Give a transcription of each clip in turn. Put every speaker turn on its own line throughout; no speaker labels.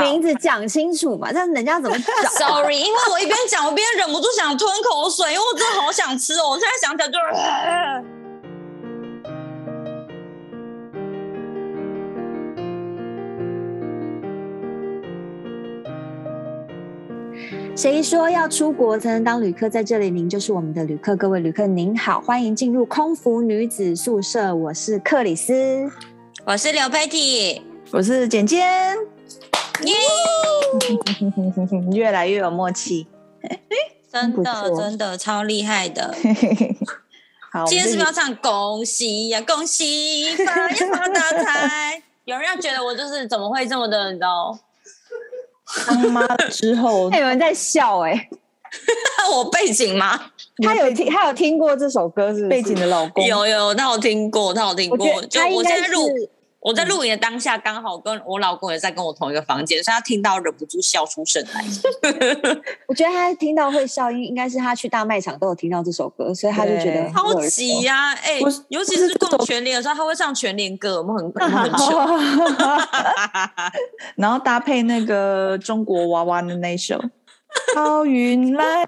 名字讲清楚嘛，但人家怎么 找、啊、
？Sorry，因为我一边讲，我边忍不住想吞口水，因为我真的好想吃哦。我现在想起来就是。呃
谁说要出国才能当旅客？在这里，您就是我们的旅客。各位旅客，您好，欢迎进入空服女子宿舍。我是克里斯，
我是刘佩 蒂，
我是简简。
耶，
嗯越来越有默契，
真的真的超厉害的。
好，
今天是不是要唱恭喜呀、啊？恭喜发发大财！有人要觉得我就是怎么会这么的，你知道？
当妈 之后，
有人在笑哎、欸，
我背景吗？
他有听，他有听过这首歌是
背景的老公，
有有，他有听过，他有听过。就我现在录，我在录影的当下，刚好跟我老公也在跟我同一个房间，所以他听到忍不住笑出声来。
我觉得他听到会笑，应应该是他去大卖场都有听到这首歌，所以他就觉得
超级呀、啊，哎、欸，尤其是逛全联的时候，他会唱全联歌，我们很很糗。
然后搭配那个中国娃娃的那 首。好运来，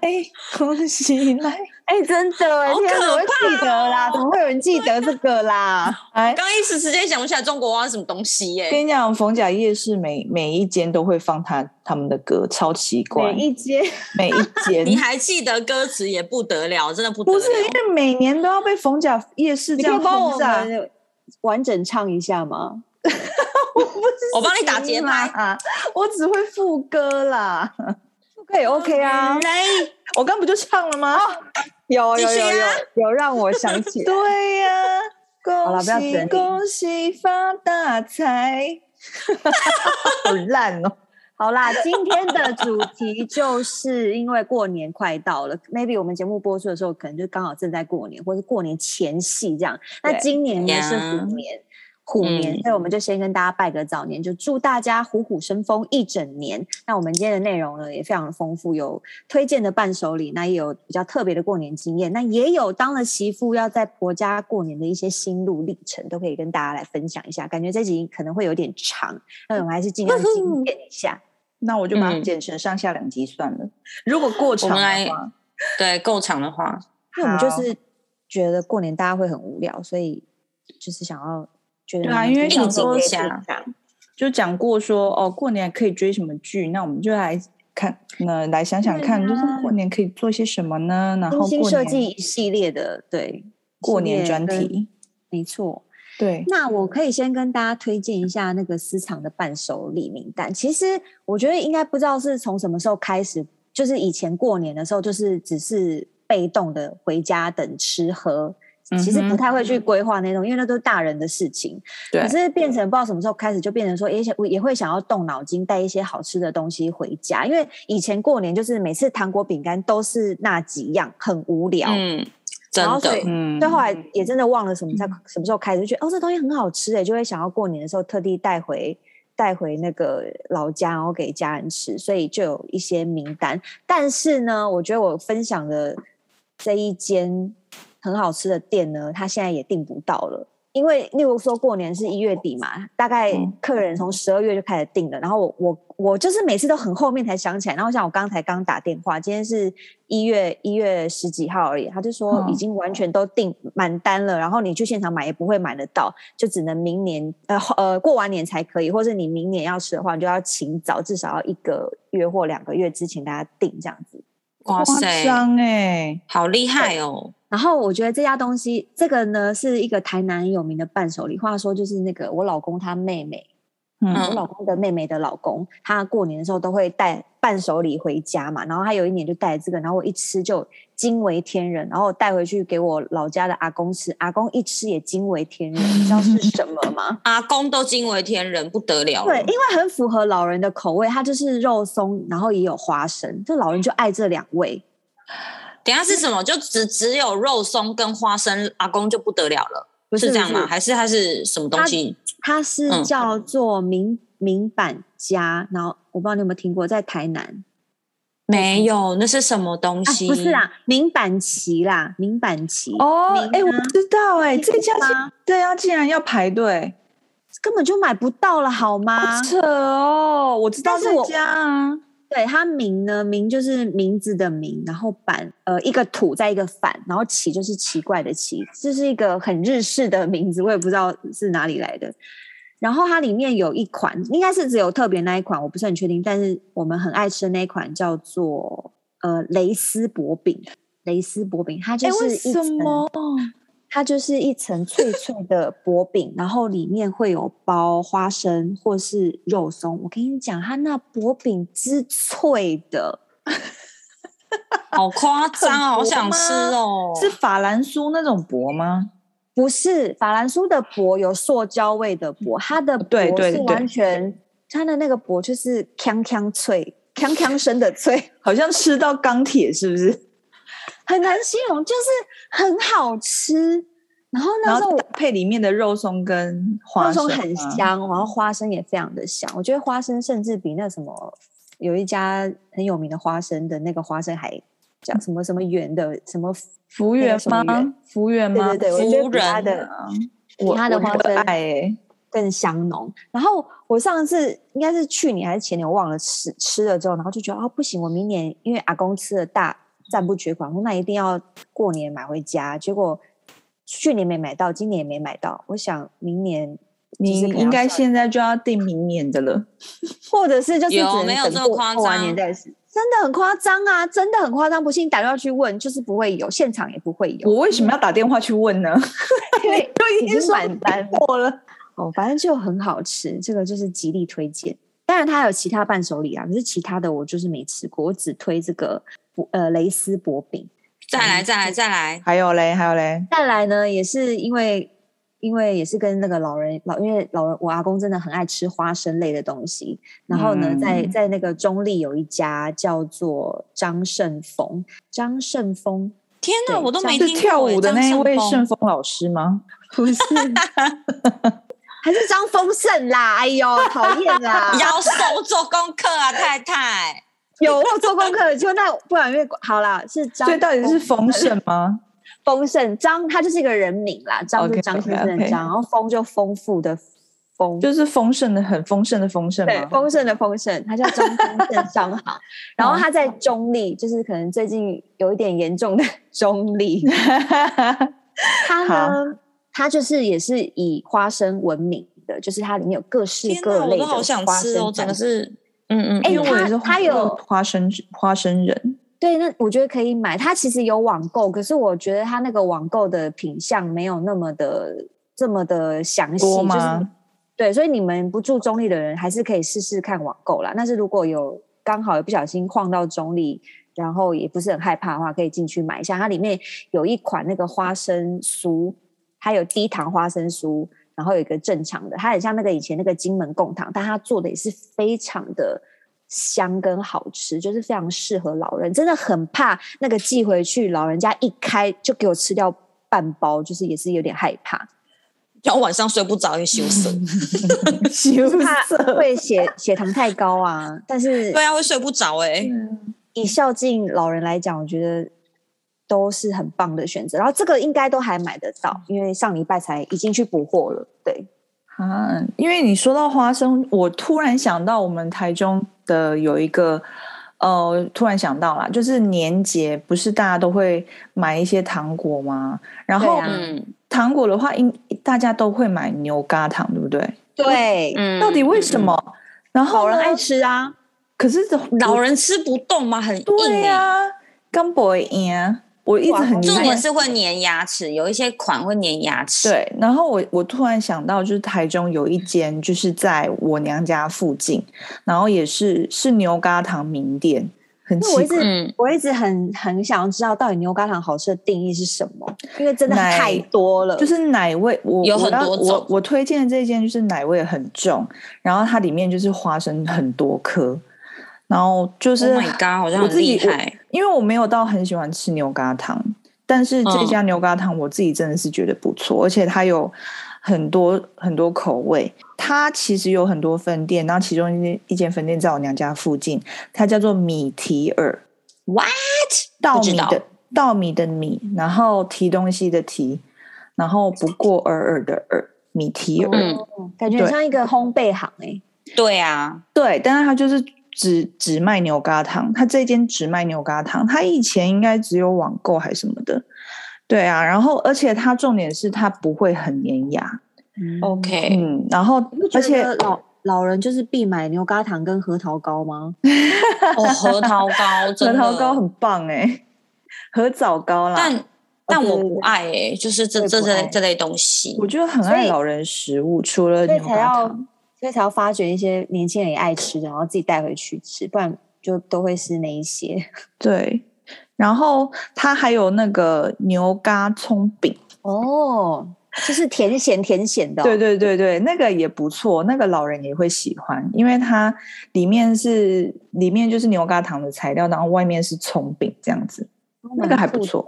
恭喜来！
哎、欸，真的哎，
好可怕、
哦！怎么记得啦？怎么会有人记得这个啦？
哎，刚一时之间想不起来中国娃、啊、什么东西耶、欸。
跟你讲，逢甲夜市每每一间都会放他他们的歌，超奇 怪。
每一间，
每一间，
你还记得歌词也不得了，真的不得了。
不是因为每年都要被逢甲夜市这样
帮我们完整唱一下吗？
我不，
我帮你打节拍啊，
我只会副歌啦。
可以 OK 啊，
来，
我刚不就唱了
哦
吗？
有哦有有有有让我想起，
对呀，恭喜恭喜发大财， 好烂哦！
好啦，今天的主题就是因为过年快到了，maybe 我们节目播出的时候可能就刚好正在过年，或是过年前夕这样。那今年呢是虎年。虎年，嗯、所以我们就先跟大家拜个早年，就祝大家虎虎生风一整年。那我们今天的内容呢也非常的丰富，有推荐的伴手礼，那也有比较特别的过年经验，那也有当了媳妇要在婆家过年的一些心路历程，都可以跟大家来分享一下。感觉这集可能会有点长，那我们还是尽量精简一下。
那我就把它剪成上下两集算了。嗯、如果过长的话，
对，够长的话，
因为我们就是觉得过年大家会很无聊，所以就是想要。觉得对
啊，因为
应景一
下，就讲过说哦，过年可以追什么剧？那我们就来看，那来想想看，啊、就是过年可以做些什么呢？然后
新设计一系列的对
过年专题，
没错。
对，
那我可以先跟大家推荐一下那个私藏的伴手礼名单。其实我觉得应该不知道是从什么时候开始，就是以前过年的时候，就是只是被动的回家等吃
嗯
喝。其实不太会去规划那种，嗯、因为那都是大人的事情。
对。
可是变成不知道什么时候开始，就变成说，也想也会想要动脑筋带一些好吃的东西回家，因为以前过年就是每次糖果饼干都是那几样，很无聊。
嗯，真的。
所以，嗯、所以后来也真的忘了什么在、嗯、什么时候开始，就觉得哦，这东西很好吃哎、欸，就会想要过年的时候特地带回。带回那个老家，然后给家人吃，所以就有一些名单。但是呢，我觉得我分享的这一间。很好吃的店呢，它现在也订不到了，因为例如说过年是一月底嘛，大概客人从十二月就开始订了，然后我我我就是每次都很后面才想起来，然后像我刚才刚打电话，今天是一月一月十几号而已，他就说已经完全都订满单了，然后你去现场买也不会买得到，就只能明年呃呃过完年才可以，或者你明年要吃的话，你就要请早至少要一个月或两个月之前大家订这样子。
哇塞，
哎、欸，
好厉害哦！
然后我觉得这家东西，这个呢是一个台南有名的伴手礼。话说就是那个我老公他妹妹，嗯，我老公的妹妹的老公，他过年的时候都会带伴手礼回家嘛。然后他有一年就带这个，然后我一吃就惊为天人，然后带回去给我老家的阿公吃，阿公一吃也惊为天人，你知道是什么 吗？
阿公都惊为天人，不得了,了。
对，因为很符合老人的口味，它就是肉松，然后也有花生，就老人就爱这两味。
等下是什么？就只只有肉松跟花生，阿公就不得了了，
不
是这样嗯
吗？
还是它是什么东西？
它是叫做明明板家，然后我不知道你有没有听过，在台南啊
没有，那是什么
啊
东西？
不是啦，明板旗啦，明板旗
哦
欸哦，哎，我知道，哎，这家对啊，竟然要排队，
根本就买不到了，好吗？
扯哦，我知道
但是我
这家啊，
对它名呢，名就是名字的名，然后板呃一个土在一个反，然后奇就是奇怪的奇，这是一个很日式的名字，我也不知道是哪里来的。然后它里面有一款，应该是只有特别那一款，我不是很确定，但是我们很爱吃的那一款叫做呃蕾丝薄饼，蕾丝薄饼，它就
哎，
是
为
一
什
层哦
么？
它就是一层脆脆的薄饼，然后里面会有包花生或是肉松。我跟你讲，它那薄饼之脆的，
好夸张啊！好
很薄
想吃哦，
是法兰酥那种薄吗？
不是法兰酥的薄，有塑胶味的薄，它的
哦对
薄
对
是
对
完全它的那个薄就是锵锵脆、锵锵声的脆，
好像吃到钢铁是不是？
很难形容，就是很好吃。然后那
然
时候
后
我
搭配里面的肉松跟花
肉
生嗯
松
吗，
很香，然后花生也非常的香。我觉得花生甚至比那什么有一家很有名的花生的那个花生还叫什么什么园的什么，
服务员
那
吗
个什么园？
服务员吗？
对对对，我觉得比它
对
的
啊
比
我
它的
我
花
热
生
爱欸
更香浓。然后我上次应该是去年还是前年，我忘了吃吃了之后，然后就觉得哦不行，我明年因为阿公吃了大赞不绝口，那一定要过年买回家。结果去年没买到，今年也没买到。我想明年
你
就是可能
应
要
该
算
现在就要订明年的了。
或者是就是只
有
能
没有
等
这么
过
夸
过完
张
年再吃，真的很夸张啊，真的很夸张。不信你打电话去问，就是不会有，现场也不会有，
我为什么要打电话去问呢？
因为
就
已经
说
满单了
过了。
哦，反正就很好吃，这个就是极力推荐。当然，它有其他伴手礼啊，可是其他的我就是没吃过，我只推这个呃蕾丝薄饼。
再来再来再来，
还有嘞，还有嘞，
再来呢，也是因为因为也是跟那个老人老，因为老人我阿公真的很爱吃花生类的东西。然后呢，
嗯
在在那个中立有一家叫做张胜峰，张胜 峰
天哪，
对
我都没
是
听
跳
过欸
舞的
张
那一
胜
位
峰
盛峰老师吗？
不是， 还是张丰盛啦！哎呦，讨厌 啦！
要手做功课啊，太太。
有我有做功课，就那不然因为好啦，是张
所以到底是丰盛吗？
丰盛张，他就是一个人名啦，张就
OK，OK，OK
张先生的张，然后丰就丰富的丰，
就是丰盛的，很丰盛的丰盛
对，
吗？
丰盛的丰盛，他叫张丰 盛商行，然后他在中立，就是可能最近有一点严重的中 立，他呢，他就是也是以花生闻名的，就是它里面有各式
天
各
哪，我
类
都
的
好想
花
吃
生
哦，整
蘸
个是，嗯嗯，
哎
嗯
因为我也是
他
花
他有
花生花生人，
对，那我觉得可以买。它其实有网购，可是我觉得它那个网购的品相没有那么的这么的详细，
多
就是
吗？
对，所以你们不住中立的人还是可以试试看网购啦。但是如果有刚好不小心晃到中立，然后也不是很害怕的话，可以进去买一下。它里面有一款那个花生酥，还有低糖花生酥，然后有一个正常的，它很像那个以前那个金门贡糖，但它做的也是非常的。香跟好吃，就是非常适合老人，真的很怕那个寄回去，老人家一开就给我吃掉半包，就是也是有点害怕。
就晚上睡不着，因为 羞涩。
羞
就是怕
涩。
会血血糖太高啊。但是
对啊，会睡不着哎、
嗯
以孝敬老人来讲，我觉得都是很棒的选择。然后这个应该都还买得到，因为上礼拜才已经去补货了。对，
啊，因为你说到花生，我突然想到我们台中的有一个，呃，突然想到啦，就是年节不是大家都会买一些糖果吗？然后、
对啊
嗯
糖果的话，应大家都会买牛轧糖，对不对？
对，
嗯
到底为什？么？然后
老人
呢
爱，吃啊，
可是
嗯老人吃不动吗？很硬、欸。
对呀、啊，刚不会赢，啊我一直
哇
很疑
重
问
点。是会粘牙齿，有一些款会粘牙齿。，
对，然后我我突然想到，就是台中有一间，就是在我娘家附近，然后也是是牛轧糖名店，很
那我
奇
一
怪，
直。
嗯，
我一直很很想要知道到底牛轧糖好吃的定义是什么，因为真的
奶
太多了。
就是奶味，我
有
我
很
要
多种
我我推荐的这间就是奶味很重，然后它里面就是花生很多颗，然后就是
Oh my god，好像
我
很
自己
厉害。
因为我没有到很喜欢吃牛轧糖，但是这
嗯
家牛轧糖我自己真的是觉得不错，而且它有很多很多口味。它其实有很多分店，然后其中一间一间分店在我娘家附近，它叫做米提尔
What？
稻
不知
米
道
的稻米的米，然后提东西的提，然后不过尔尔的尔，米提尔。
嗯
感觉很像一个烘焙行哎、欸。
对啊，
对，但是它就是只只卖牛轧糖，它这间只卖牛轧糖，它以前应该只有网购还是什么的。对啊，然后而且它重点是它不会很粘牙，
OK，
嗯，然后
你不觉
而且
得老老人就是必买牛轧糖跟核桃糕吗？
哦，核桃 糕，
核
真的
桃糕很棒哎、核枣糕啦，
但但
哦对
我
对
不
对
爱哎、就是
我
这
也
这
不爱
这这类东西
我，就很
所
爱
以
老人食物，除了
所以
牛轧
才要
糖。，
所以才要发掘一些年轻人也爱吃的，然后自己带回去吃，不然就都会是那一些。
对，然后它还有那个牛轧葱饼，
哦，就是甜咸甜咸的、哦
对，对对对，那个也不错，那个老人也会喜欢，因为它里面是里面就是牛轧糖的材料，然后外面是葱饼这样子，那个还不错。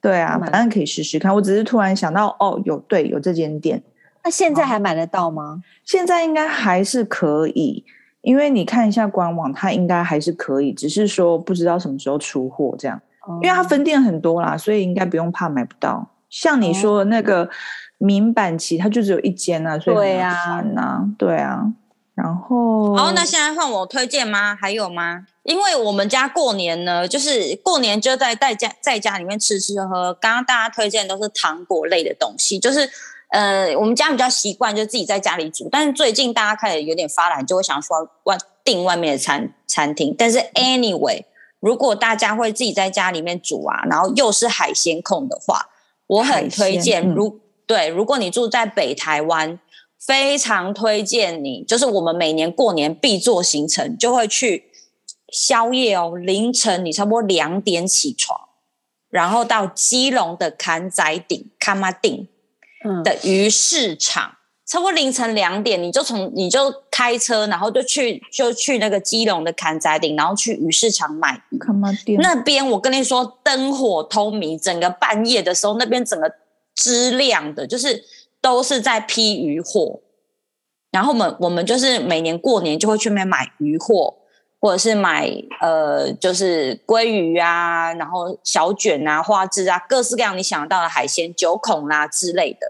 对啊，
蛮
反正可以试试看。我只是突然想到，哦，有对有这间店，
那现在还买得到吗？
现在应该还是可以，因为你看一下官网，它应该还是可以，只是说不知道什么时候出货这样。
因
因为它分店很多啦，所以应该不用怕买不到。像
哦
你说的那个民版旗，它就只有一间啊，所以
对
呀、
啊
啊，对啊。然后，
然后哦那现在换我推荐吗？还有吗？因为我们家过年呢，就是过年就在在家在家里面吃吃喝喝。刚刚大家推荐都是糖果类的东西，就是呃，我们家比较习惯就自己在家里煮，但是最近大家开始有点发懒，就会想说外订外面的餐餐厅。但是 anyway，如果大家会自己在家里面煮啊，然后又是海鲜控的话，我很推
海鲜
荐。
嗯
如、对，如果你住在北台湾，非常推荐你，就是我们每年过年必做行程，就会去宵夜哦，凌晨你差不多两点起床，然后到基隆的坎仔顶、坎妈顶
嗯
的鱼市场，差不多凌晨两点，你就从你就开车，然后就去就去那个基隆的坎仔顶，然后去鱼市场买鱼。
看嘛店，
那边我跟你说，灯火通明，整个半夜的时候，那边整个支亮的，就是都是在批鱼货。然后我们我们就是每年过年就会去那边买鱼货，或者是买呃就是鲑鱼啊，然后小卷啊、花枝啊，各式各样你想得到的海鲜、九孔啦、之类的。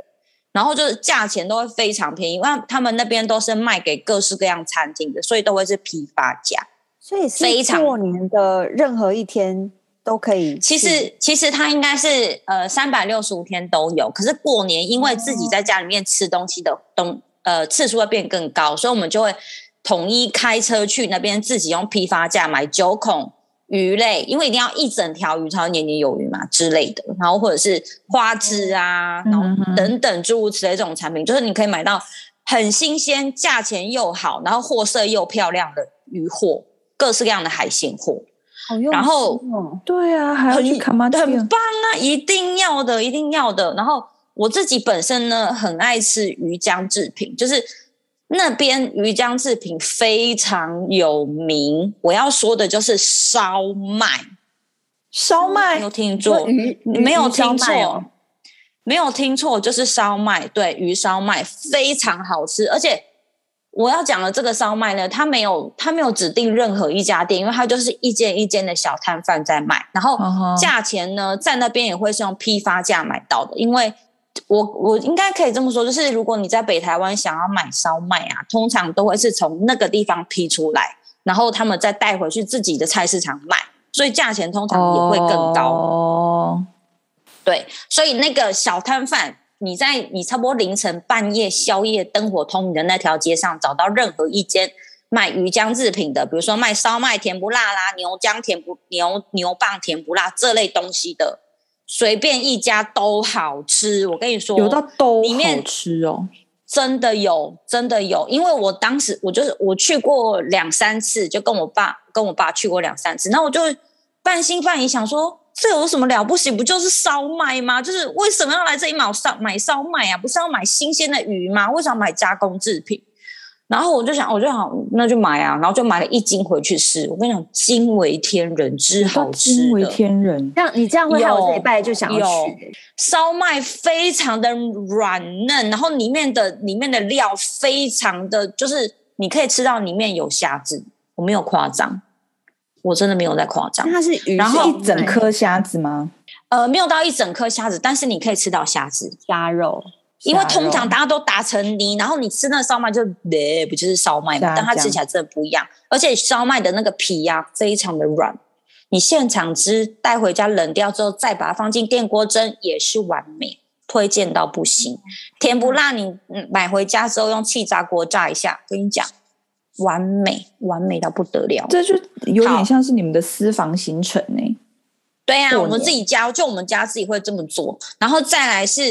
然后就是价钱都会非常便宜，因为他们那边都是卖给各式各样餐厅的，所以都会是批发价。
所以是
非常
过年的任何一天都可以
其
去。
实其实它应该是呃三百六十五天都有，可是过年因为自己在家里面吃东西的东呃次数会变更高，所以我们就会统一开车去那边自己用批发价买九孔鱼类，因为一定要一整条鱼才会年年有余嘛之类的，然后或者是花枝啊，
嗯
然后
嗯嗯
等等诸如此类这种产品，就是你可以买到很新鲜、价钱又好，然后货色又漂亮的鱼货，各式各样的海鲜货。
好用心哦，
然后
对啊，还要去看嘛
很
店，
棒啊，一定要的，一定要的。然后我自己本身呢，很爱吃鱼浆制品，就是那边鱼浆制品非常有名。我要说的就是烧麦，
烧麦
你有听说？
鱼
你没有
鱼烧
听
麦
错
哦，
没有听错，就是烧麦，对，鱼烧麦非常好吃，而且我要讲的这个烧麦呢，它没有它没有指定任何一家店，因为它就是一间一间的小摊贩在卖，然后
嗯哼
价钱呢，在那边也会是用批发价买到的，因为。我我应该可以这么说，就是如果你在北台湾想要买烧麦啊，通常都会是从那个地方批出来，然后他们再带回去自己的菜市场卖，所以价钱通常也会更高。
哦，
对，所以那个小摊贩，你在你差不多凌晨半夜宵夜灯火通明的那条街上，找到任何一间卖鱼浆制品的，比如说卖烧麦甜不辣啦、牛浆甜不牛牛棒甜不辣这类东西的，随便一家都好吃。我跟你说，
有到都
哦里面
好吃哦，
真的有，真的有，因为我当时我就是我去过两三次，就跟我爸跟我爸去过两三次，然后我就半信半疑想说，这有什么了不起？不就是烧麦吗？就是为什么要来这里买烧买烧麦啊？不是要买新鲜的鱼吗？为什么要买加工制品？然后我就想，我就想那就买啊，然后就买了一斤回去吃。我跟你讲，惊为天人之
有到
好吃的，
惊为天人。
这样你这样会害我这礼
有
拜就想要去。
烧麦非常的软嫩，然后里面的里面的料非常的，就是你可以吃到里面有虾子，我没有夸张，我真的没有在夸张
那，它是鱼，
然后
一整颗虾子吗？
呃，没有到一整颗虾子，但是你可以吃到虾子，
虾肉，
因为
虾
通常
肉
大家都打成泥，然后你吃那个烧麦就，呃，不就是烧麦
虾
吗？但它
酱
吃起来真的不一样，而且烧麦的那个皮呀、非常的软，你现场吃带回家冷掉之后，再把它放进电锅蒸也是完美，推荐到不行。甜不辣你嗯买回家之后用气炸锅炸一下，跟你讲，完美，完美到不得了。
这就有
好
点像是你们的私房行程欸呢、
对呀、
过
我们
年
自己家就我们家自己会这么做，然后再来是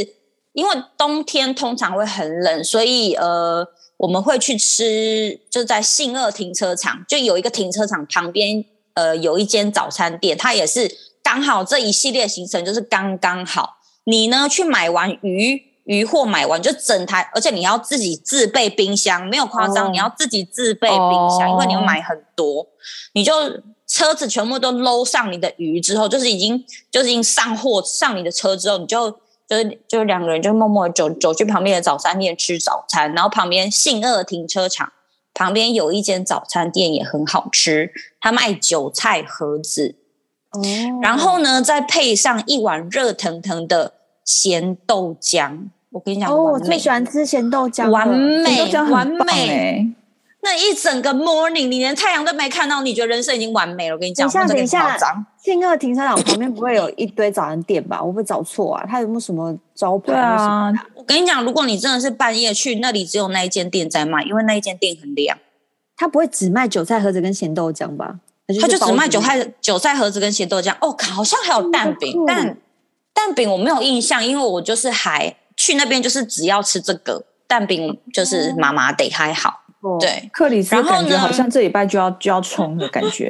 因为冬天通常会很冷，所以呃，我们会去吃，就在信二停车场，就有一个停车场旁边，呃，有一间早餐店，它也是刚好这一系列行程就是刚刚好。你呢去买完鱼鱼货买完就整台，而且你要自己自备冰箱，没有夸张，
哦
你要自己自备冰箱，因为你要
哦
买很多。你就车子全部都搂上你的鱼之后，就是已经就是已经上货上你的车之后，你就就是就两个人就默默地走走去旁边的早餐店吃早餐，然后旁边信二停车场旁边有一间早餐店也很好吃，他卖韭菜盒子，
哦，
然后呢再配上一碗热腾腾的咸豆浆，我跟你讲，
哦，我
完
最
美
喜欢吃咸豆浆了，
完
你
美
都这样
完
很棒
美。
欸
那一整个 morning，你连太阳都没看到，你觉得人生已经完美了？我跟你讲，
等一下
我真的
等一下
夸张
信二停车场旁边不会有一堆早餐店吧？我会不会找错啊？它有没有什么招牌？
对啊，
我跟你讲，如果你真的是半夜去，那里只有那一间店在卖，因为那一间店很亮，
它不会只卖韭菜盒子跟咸豆浆吧？
它就只卖韭
韭菜。
菜韭菜盒子跟咸豆浆。哦，好像还有蛋饼
嗯，好酷
但蛋饼我没有印象，因为我就是还去那边就是只要吃这个蛋饼，就是麻麻得还好。
哦，
对，
克里斯
然后
感觉
呢
好像这礼拜就要就要冲的感 觉。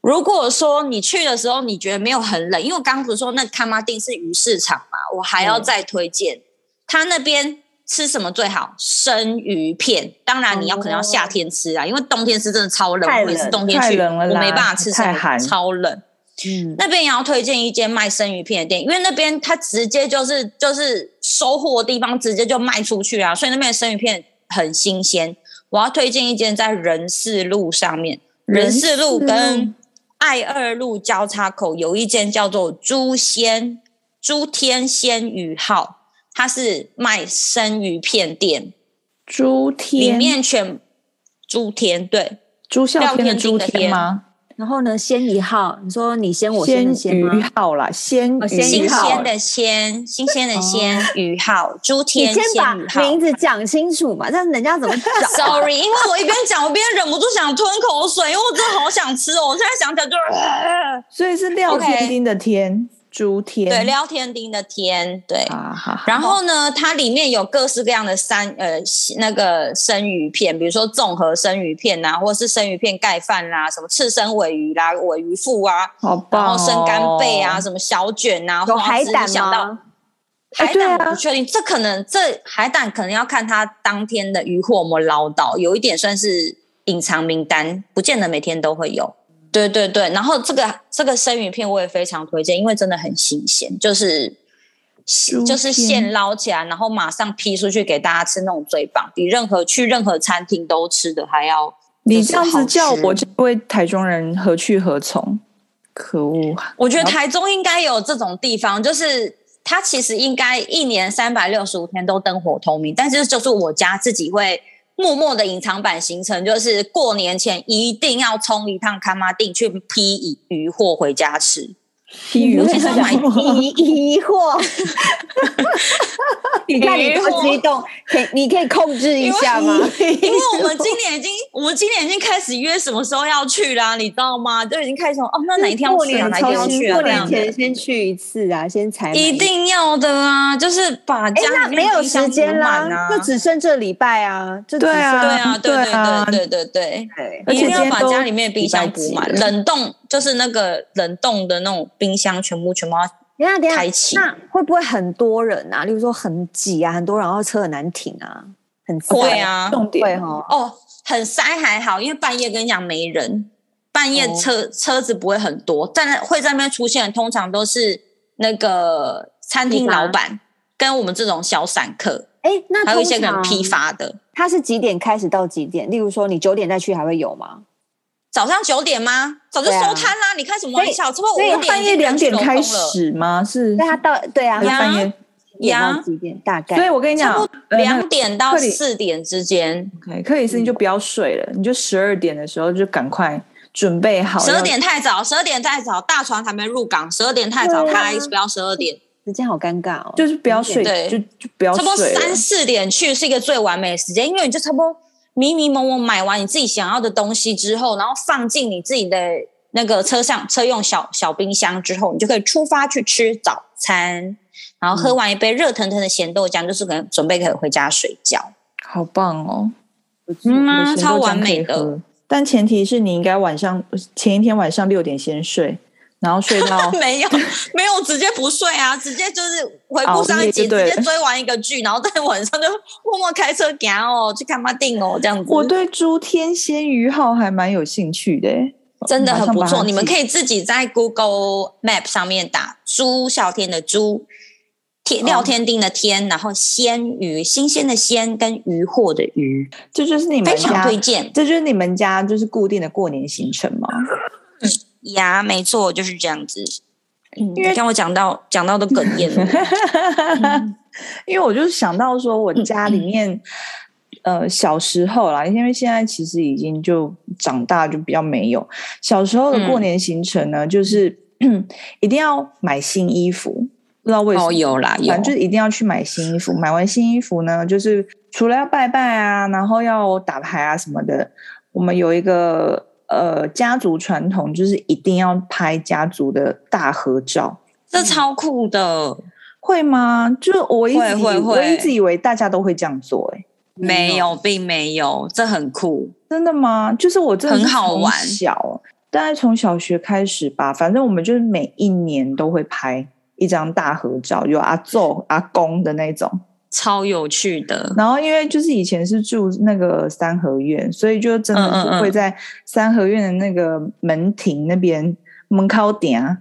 如果说你去的时候你觉得没有很冷，因为我刚不是说那康马丁是鱼市场嘛，我还
嗯
要再推荐、他那边吃什么最好？生鱼片，当然你要可能要夏天吃啊，因为冬天是真的超冷，
太冷
我也是冬天
太
去，
冷了
我
啦
没办法吃生
太寒
鱼，超冷。
嗯，
那边也要推荐一间卖生鱼片的店，因为那边它直接就是就是收货的地方直接就卖出去啊，所以那边的生鱼片很新鲜。我要推荐一间在仁寺路上面，仁寺路
仁寺
跟爱二路交叉口有一间叫做猪鲜猪天鲜鱼号，它是卖生鱼片店，
朱
里
天，
面全猪天对
朱孝天
廖
的
天丁
朱
的
天吗？
然后呢，鲜一号，你说你先我先的
鲜
先吗
鱼？号啦，鲜
哦
鱼
鲜
新
鱼号哦
鲜的鲜新鲜的鲜鱼号猪
你
天
先
鲜
把
鱼号
名。字讲清楚嘛，让人家怎么找 啊？
Sorry，因为我一边讲，我一边忍不住想吞口水，因为我真的好想吃哦。我现在想想就是，
所以是廖
OK
天丁的天，朱天。
对，廖天丁的天，对。
啊，哈哈
然后呢，它里面有各式各样的三呃那个生鱼片，比如说综合生鱼片呐、或者是生鱼片盖饭啦、什么刺身尾鱼啦、尾鱼腹啊，
好
然
棒、哦，
后生干贝啊，什么小卷啊，
有
花枝
海胆
想到
吗？
哎
海
对啊
胆我不确定，这可能这海胆可能要看他当天的渔获有没有捞到，有一点算是隐藏名单，不见得每天都会有。对对对，然后这个这个生鱼片我也非常推荐，因为真的很新鲜，就是
猪
就是
片
现捞起来，然后马上批出去给大家吃，那种最棒，比任何去任何餐厅都吃的还要。
你这样子叫
就
我
是好吃
这位台中人何去何从？可恶！
我觉得台中应该有这种地方，就是它其实应该一年三百六十五天都灯火通明，但是就是我家自己会默默的隐藏版行程，就是过年前一定要冲一趟康马定去批鱼鱼货回 家吃，
批鱼
我其实买
疑疑 惑，你看你多激动，可以你可以控制一下吗？
因为我们今年已经我们今年已经开始约什么时候要去啦，你知道吗？就已经开始说哦，那哪一天要
过
去啊，
年
哪一天要去啊，
过
这样
年
子
前先去一次啊，先采买
一。定要的啊，就是把
哎，
家
那
里
没
面
有
冰箱
时间
补满
啦
啊，，
就只剩这礼拜啊，就只
对啊
对
剩
啊，对
对啊
对对对对对。
对
而
一
且
定
今
要
天
把
都
家里面的冰箱补满，
礼拜几了
冷冻就是那个冷冻的那种冰箱全部全部要
等一下等一下
开，启。
啊那会不会很多人啊？例如说很挤啊，很多人，然后车很难停啊，很塞
会，啊，
重
会
点
哈。
哦，很塞还好，因为半夜跟你讲没人，半夜
哦
车、车子不会很多，但是会在那边出现的通常都是那个餐厅
批发
老板跟我们这种小散客，
哎，那
还有一些可能
通常
批发的。
它是几点开始到几点？例如说，你九点再去还会有吗？
早上九点吗？早就
对
收
啊
摊啦！你开什么玩笑？这不
所以
五点
半夜
已经
两
人去
点
楼
开
空了
始吗？是
对，他到对啊
还是，半夜
点到
呀
几点？大概
所以我跟你讲
差不多，
呃那
两
个
点到
克里
四点之间，
OK，克里斯
嗯
你就不要睡了，你就十二点的时候就赶快准备好，
十
要
二点太早，十二点太早，大船还没入港，十二点太早，
对啊
开不要十二点，
时间好尴尬哦，
就是不要睡，
对
就就不要
差
睡
不多
了。
三四点去是一个最完美的时间，因为你就差不多迷迷蒙蒙买完你自己想要的东西之后，然后放进你自己的那个车上车用小小冰箱之后，你就可以出发去吃早餐，然后
嗯
喝完一杯热腾腾的咸豆浆，就是可能准备可以回家睡觉。
好棒哦，
不错
嗯
我
啊，
的咸
超
豆浆
完
可以
美的，
喝。但前提是你应该晚上前一天晚上六点先睡，然后睡 到
没有没有直接不睡啊，直接就是回顾
熬
上一
夜
集，
就对
直
了
接追完一个剧，然后在晚上就默默开车赶哦，去看妈定哦，这样子。
我对猪天鲜鱼号还蛮有兴趣的耶，
真的很不
马上把
错，
它
你们
记
可以自己在 Google Map 上面打“朱孝天”的朱，天
哦
廖天丁的天，然后鲜鱼，新鲜的鲜跟鱼货的鱼，
这就是你们
非常
家，
推荐
这就是你们家就是固定的过年行程吗？
呀，没错，就是这样子。嗯，
因为
你看我讲到讲到都哽咽 了，
因为我就是想到说，我
嗯
家里面、呃小时候啦，因为现在其实已经就长大，就比较没有。小时候的
嗯
过年行程呢，就是一定要买新衣服，不知道为什么。
哦，有啦，有
反正就是一定要去买新衣服。买完新衣服呢，就是除了要拜拜啊，然后要打牌啊什么的，我们有一个呃家族传统，就是一定要拍家族的大合照。
这超酷的，
会吗？就是我一直
会
以
会
我
会
一直以为大家都会这样做、欸，
没
嗯
有，并没有，这很酷。
真的吗？就是我真的
很
是
好
从
玩
小大概从小学开始吧，反正我们就是每一年都会拍一张大合照，有阿祖阿公的那种。
超有趣的，
然后因为就是以前是住那个三合院，所以就真的
嗯嗯嗯
是会在三合院的那个门庭那边门靠顶啊，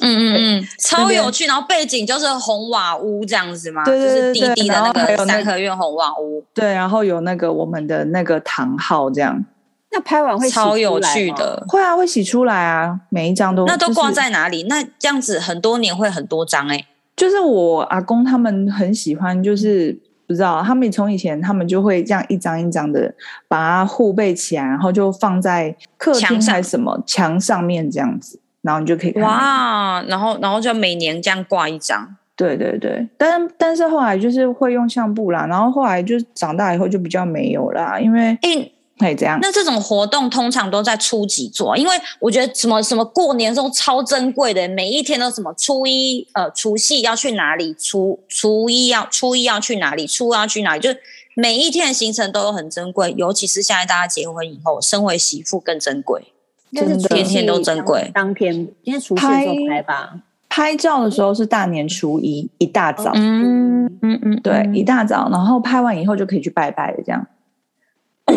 嗯嗯嗯，超
那边
有趣。然后背景就是红瓦屋这样子吗？
对对对
就是
对
弟弟的
然后还
个
有那
三合院红瓦屋，
对，然后有那个我们的那个堂号这样，
那拍完会洗
超有
出来
趣
吗，
的。
会啊会洗出来啊，每一张都
那都
就是
挂在哪里？那这样子很多年会很多张哎、
就是我阿公他们很喜欢，就是不知道他们从以前他们就会这样一张一张的把它护背起来，然后就放在客
墙
厅
上
还是什么墙上面这样子，然后你就可以看到。
哇！哦然后然后就每年这样挂一张，
对对对，但但是后来就是会用相簿啦，然后后来就长大以后就比较没有啦，因为
哎、
可以这样，
那这种活动通常都在初几做啊？因为我觉得什么什么过年这种超珍贵的，每一天都什么初一呃除夕要去哪里，初初一要初一要去哪里，初二要去哪里，就是每一天的行程都很珍贵。尤其是现在大家结婚以后，身为媳妇更珍贵。
但是
真的
除夕
天天都珍贵
当天因为除夕的时候拍吧，
拍照的时候是大年初一一大早，
嗯嗯嗯，
对，一大早，然后拍完以后就可以去拜拜了，这样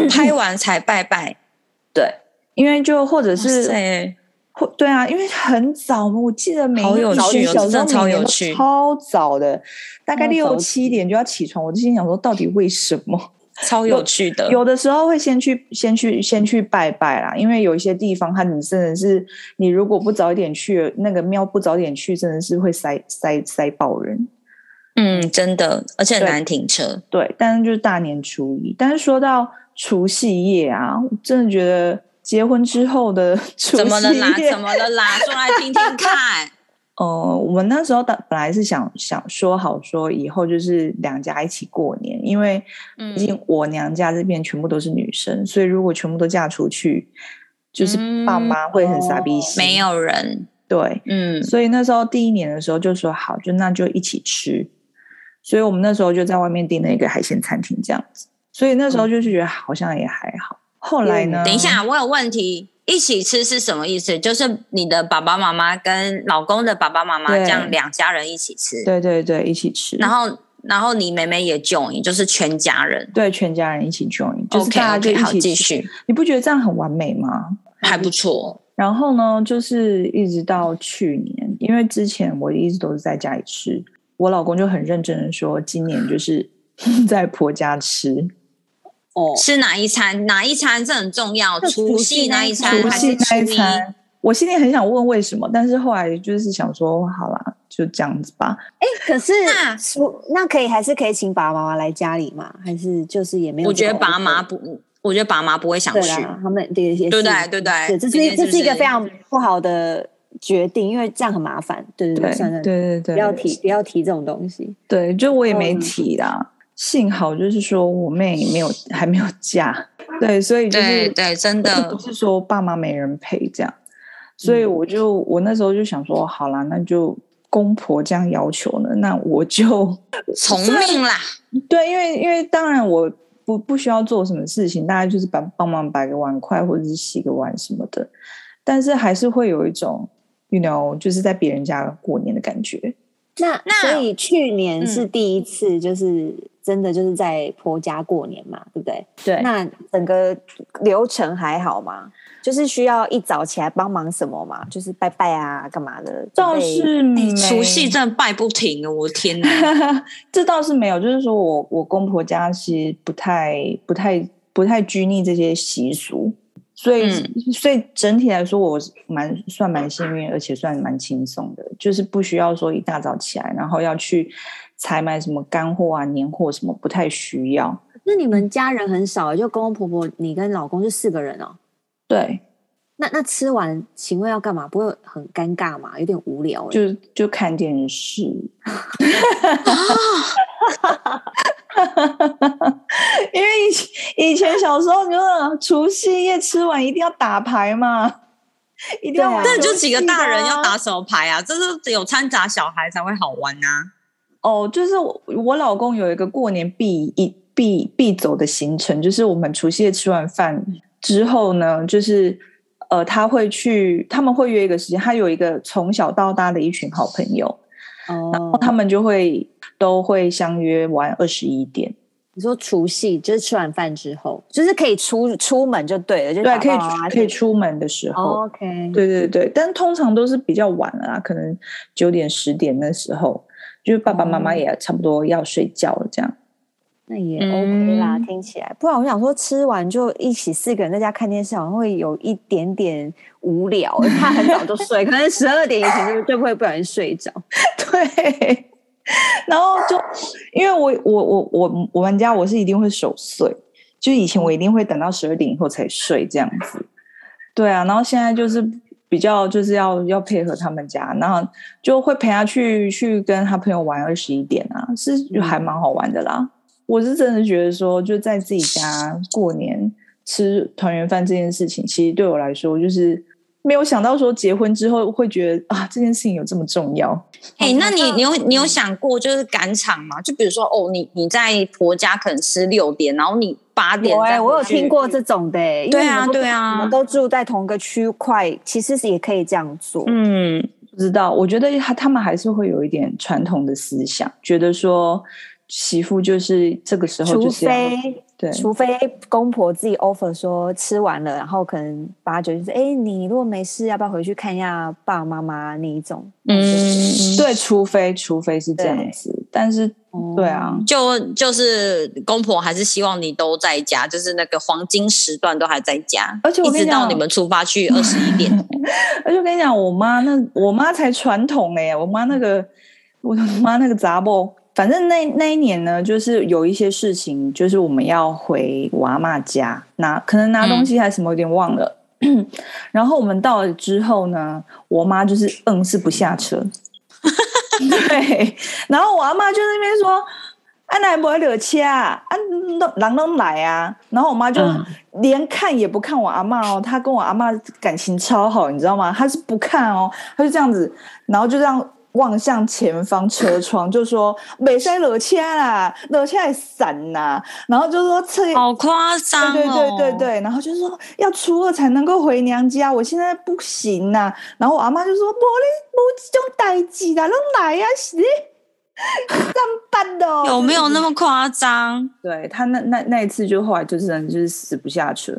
拍完才拜拜，
对，因为就或者是
对，
或对啊，因为很早嘛，我记得每
好
一
有
年
趣哦
小
真
时
的
候
超
每年
有
都
趣
超早的，大
超
概
早
六
起
七点就要起床，我就心想说，到底为什 么？
超有趣的。
有的时候会先去先去先去拜拜啦，因为有一些地方它你真的是，你如果不早一点去，那个庙不早点去，真的是会塞塞塞爆人。
嗯，真的，而且很
对
难停车。
对，但是就是大年初一，但是说到除夕夜啊，我真的觉得结婚之后的 除
怎
夕夜
么了啦？怎么了啦？说来听听 看。
呃，我们那时候的本来是想想说好说以后就是两家一起过年，因为
嗯
毕竟我娘家这边全部都是女生，所以如果全部都嫁出去，就是爸
嗯
妈会很傻逼
哦
心、
没有人，
对，
嗯，
所以那时候第一年的时候就说好，就那就一起吃。所以我们那时候就在外面订了一个海鲜餐厅这样子，所以那时候就是觉得好像也还好。后来呢？
嗯等一，
嗯
下，我有问题。一起吃是什么意思？就是你的爸爸妈妈跟老公的爸爸妈妈
对
这样两家人一起吃，
对对对，一起吃，
然后然后你妹妹也 join，就是全家人。
对全家人一起 join，就是
OK
大家就
OK，
一
好，
起
继
吃
续，
你不觉得这样很完美吗？
还不
嗯
错。
然后呢，就是一直到去年，因为之前我一直都是在家里吃，我老公就很认真的说，今年就是 在婆家吃，
哦，
吃哪一餐？哪一餐这很重要。
就
除
除
夕
夕
那
那
一
一
餐
餐
除
还是
夕那
初
一
一？
餐，我心里很想问为什么，但是后来就是想说，好啦，就这样子吧。
哎可是
那
除那可以还是可以请爸爸妈妈来家里嘛？还是就是也没有
我
这
觉
个 offer？
得爸妈不，我觉得爸妈不会想
对
去，
啦，他们对也是
对不对？对不对？
对，这
件
是这
事
是一个
情
非常不好的决定，因为这样很麻烦。对对
对
对，算了，
对对对，
不要提不要提这种东西。
对，就我也没
嗯
提啦。幸好就是说我妹没有还没有嫁， 对，所以就是
对对，真
就
的 嗯
不，是说爸妈没人陪这样，所以我就、我那时候就想说，好啦，那就公婆这样要求呢，那我就
从命啦，
对，因为因为当然我不不需要做什么事情，大概就是帮帮忙摆个碗筷或者是洗个碗什么的，但是还是会有一种，you know，就是在别人家过年的感觉。
那
那嗯
所以去年是第一次，就是真的就是在婆家过年嘛，对不对？
对
那整个流程还好吗？就是需要一早起来帮忙什么嘛？就是拜拜啊，干嘛的？
倒
准备
是没
除夕真的拜不停了，我的天哪！
这倒是没有，就是说我我公婆家是不太不太不太拘泥这些习俗，所以、所以整体来说我是蛮算蛮幸运，而且算蛮轻松的，就是不需要说一大早起来，然后要去采买什么干货啊、年货什么，不太需要。
那你们家人很少，欸就公公婆婆，你跟老公就四个人哦。
对，
那那吃完，请问要干嘛？不会很尴尬吗？有点无聊、欸。
就就看电视， 因为以前以前小时候，你说除夕夜吃完一定要打牌嘛，一定要玩
对啊
但就
游
几个
戏
大人
啊
要打什么牌啊？这是有掺杂小孩才会好玩啊呐、
哦，就是我我老公有一个过年必一必必走的行程，就是我们除夕夜吃完饭之后呢，就是呃他会去，他们会约一个时间，他有一个从小到大的一群好朋友，
哦，
他们就会都会相约玩二十一点。
你说除夕就是吃完饭之后，就是可以出出门就对了，就
对，
打
可
包
以
啊
出可以。出门的时候，
哦 OK，
对对对，但通常都是比较晚了啦，可能九点十点那时候，就是爸爸妈妈
哦
也差不多要睡觉了，这样。
那也
嗯
OK 啦，听起来。不然我想说，吃完就一起四个人在家看电视，好像会有一点点无聊。欸他很早就睡，可能十二点以前就就会不小心睡着。
对，然后就因为我我我我我们家我是一定会守岁，就是以前我一定会等到十二点以后才睡这样子。对啊，然后现在就是比较就是要要配合他们家，然后就会陪他去去跟他朋友玩二十一点啊，是就还蛮好玩的啦。我是真的觉得说，就在自己家过年吃团圆饭这件事情，其实对我来说就是没有想到说结婚之后会觉得啊，这件事情有这么重要。
哎、那你
像
你有你有想过就是赶场吗？就比如说哦，你你在婆家可能吃六点，然后你八点
欸
有哎、
再回
我有
去
听过这种的、欸，因为
对
你
啊
们都
对啊
我们都住在同个区块，其实是也可以这样做。
嗯，
不知道，我觉得他他们还是会有一点传统的思想，觉得说媳妇就是这个时候
除
就是要
非
对
除非公婆自己 offer 说吃完了，然后可能八九就是哎、你如果没事，要不要回去看一下爸爸妈妈那一种？
嗯，
对，除非除非是这样子，但是
哦
对啊，
就就是公婆还是希望你都在家，就是那个黄金时段都还在家，
而且我
一
跟
直
你
到
讲
你们出发去二十一 点，
而且我跟你讲，我妈那我妈才传统哎、我妈那个我妈那个杂不，反正那那一年呢，就是有一些事情，就是我们要回我阿妈家拿，可能拿东西还是什么，有点忘了。 然后我们到了之后呢，我妈就是硬是不下车， 对，然后我阿妈就在那边说。啊，奶不会惹气啊！啊，都人都来啊！然后我妈就
嗯
连看也不看我阿妈哦，她跟我阿妈感情超好，你知道吗？她是不看哦，她就这样子，然后就这样望向前方车窗，就说“美塞惹气啦，惹气散啦”，然后就说这。
好夸张
对
哦！
对对对对，然后就说要初二才能够回娘家，我现在不行呐、然后我阿妈就说：“我咧无这种代志啦，拢来啊，是你 上班的、哦。”
有没有那么夸张？
对他那那那一次就后来就真的就是死不下车。